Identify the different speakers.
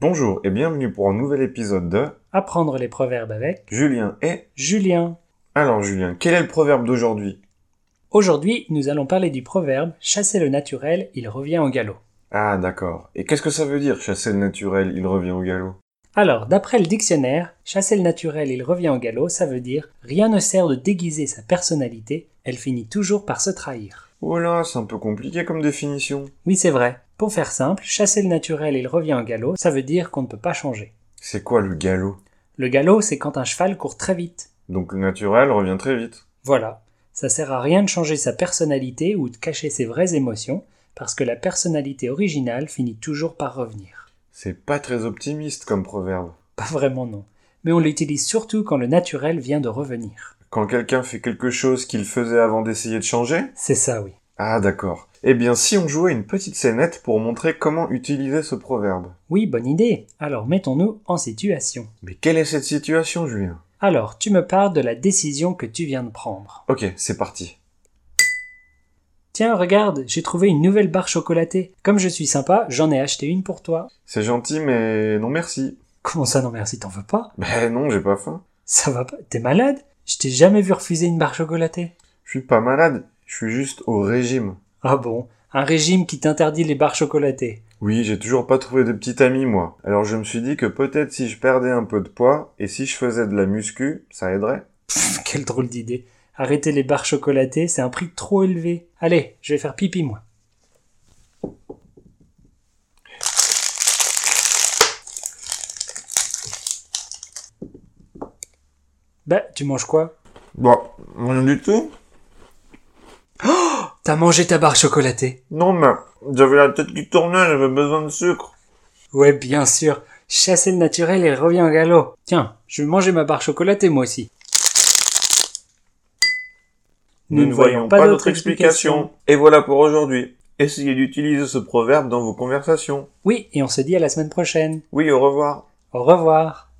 Speaker 1: Bonjour et bienvenue pour un nouvel épisode de
Speaker 2: Apprendre les proverbes avec
Speaker 1: Julien et...
Speaker 2: Julien.
Speaker 1: Alors Julien, quel est le proverbe d'aujourd'hui
Speaker 2: Aujourd'hui, nous allons parler du proverbe Chasser le naturel, il revient au galop.
Speaker 1: Ah d'accord. Et qu'est-ce que ça veut dire chasser le naturel, il revient au galop
Speaker 2: Alors, d'après le dictionnaire, Chasser le naturel, il revient au galop, ça veut dire Rien ne sert de déguiser sa personnalité, elle finit toujours par se trahir.
Speaker 1: Oh là, c'est un peu compliqué comme définition.
Speaker 2: Oui, c'est vrai. Pour faire simple, Chasser le naturel, il revient au galop, ça veut dire qu'on ne peut pas changer.
Speaker 1: C'est quoi le galop
Speaker 2: Le galop, c'est quand un cheval court très vite.
Speaker 1: Donc le naturel revient très vite.
Speaker 2: Voilà. Ça sert à rien de changer sa personnalité ou de cacher ses vraies émotions, parce que la personnalité originale finit toujours par revenir.
Speaker 1: C'est pas très optimiste comme proverbe.
Speaker 2: Pas vraiment non. Mais on l'utilise surtout quand le naturel vient de revenir.
Speaker 1: Quand quelqu'un fait quelque chose qu'il faisait avant d'essayer de changer
Speaker 2: C'est ça, oui.
Speaker 1: Ah d'accord. Eh bien si on jouait une petite scénette pour montrer comment utiliser ce proverbe.
Speaker 2: Oui, bonne idée. Alors mettons-nous en situation.
Speaker 1: Mais quelle est cette situation Julien
Speaker 2: Alors, tu me parles de la décision que tu viens de prendre.
Speaker 1: Ok, c'est parti.
Speaker 2: Tiens, regarde, j'ai trouvé une nouvelle barre chocolatée. Comme je suis sympa, j'en ai acheté une pour toi.
Speaker 1: C'est gentil mais non merci.
Speaker 2: Comment ça, non merci, t'en veux pas
Speaker 1: Ben non, j'ai pas faim.
Speaker 2: Ça va pas T'es malade Je t'ai jamais vu refuser une barre chocolatée.
Speaker 1: Je suis pas malade, je suis juste au régime.
Speaker 2: Ah bon Un régime qui t'interdit les barres chocolatées.
Speaker 1: Oui, j'ai toujours pas trouvé de petit ami moi. Alors je me suis dit que peut-être si je perdais un peu de poids et si je faisais de la muscu, ça aiderait.
Speaker 2: Pff, quelle drôle d'idée. Arrêter les barres chocolatées, c'est un prix trop élevé. Allez, je vais faire pipi moi. Bah, tu manges quoi
Speaker 1: Bah, rien du tout.
Speaker 2: T'as mangé ta barre chocolatée
Speaker 1: Non mais j'avais la tête qui tournait, j'avais besoin de sucre.
Speaker 2: Ouais, bien sûr. Chasser le naturel et revient au galop. Tiens, je vais manger ma barre chocolatée moi aussi.
Speaker 1: Nous ne voyons pas d'autre explication. Et voilà pour aujourd'hui. Essayez d'utiliser ce proverbe dans vos conversations.
Speaker 2: Oui, et on se dit à la semaine prochaine.
Speaker 1: Oui, au revoir.
Speaker 2: Au revoir.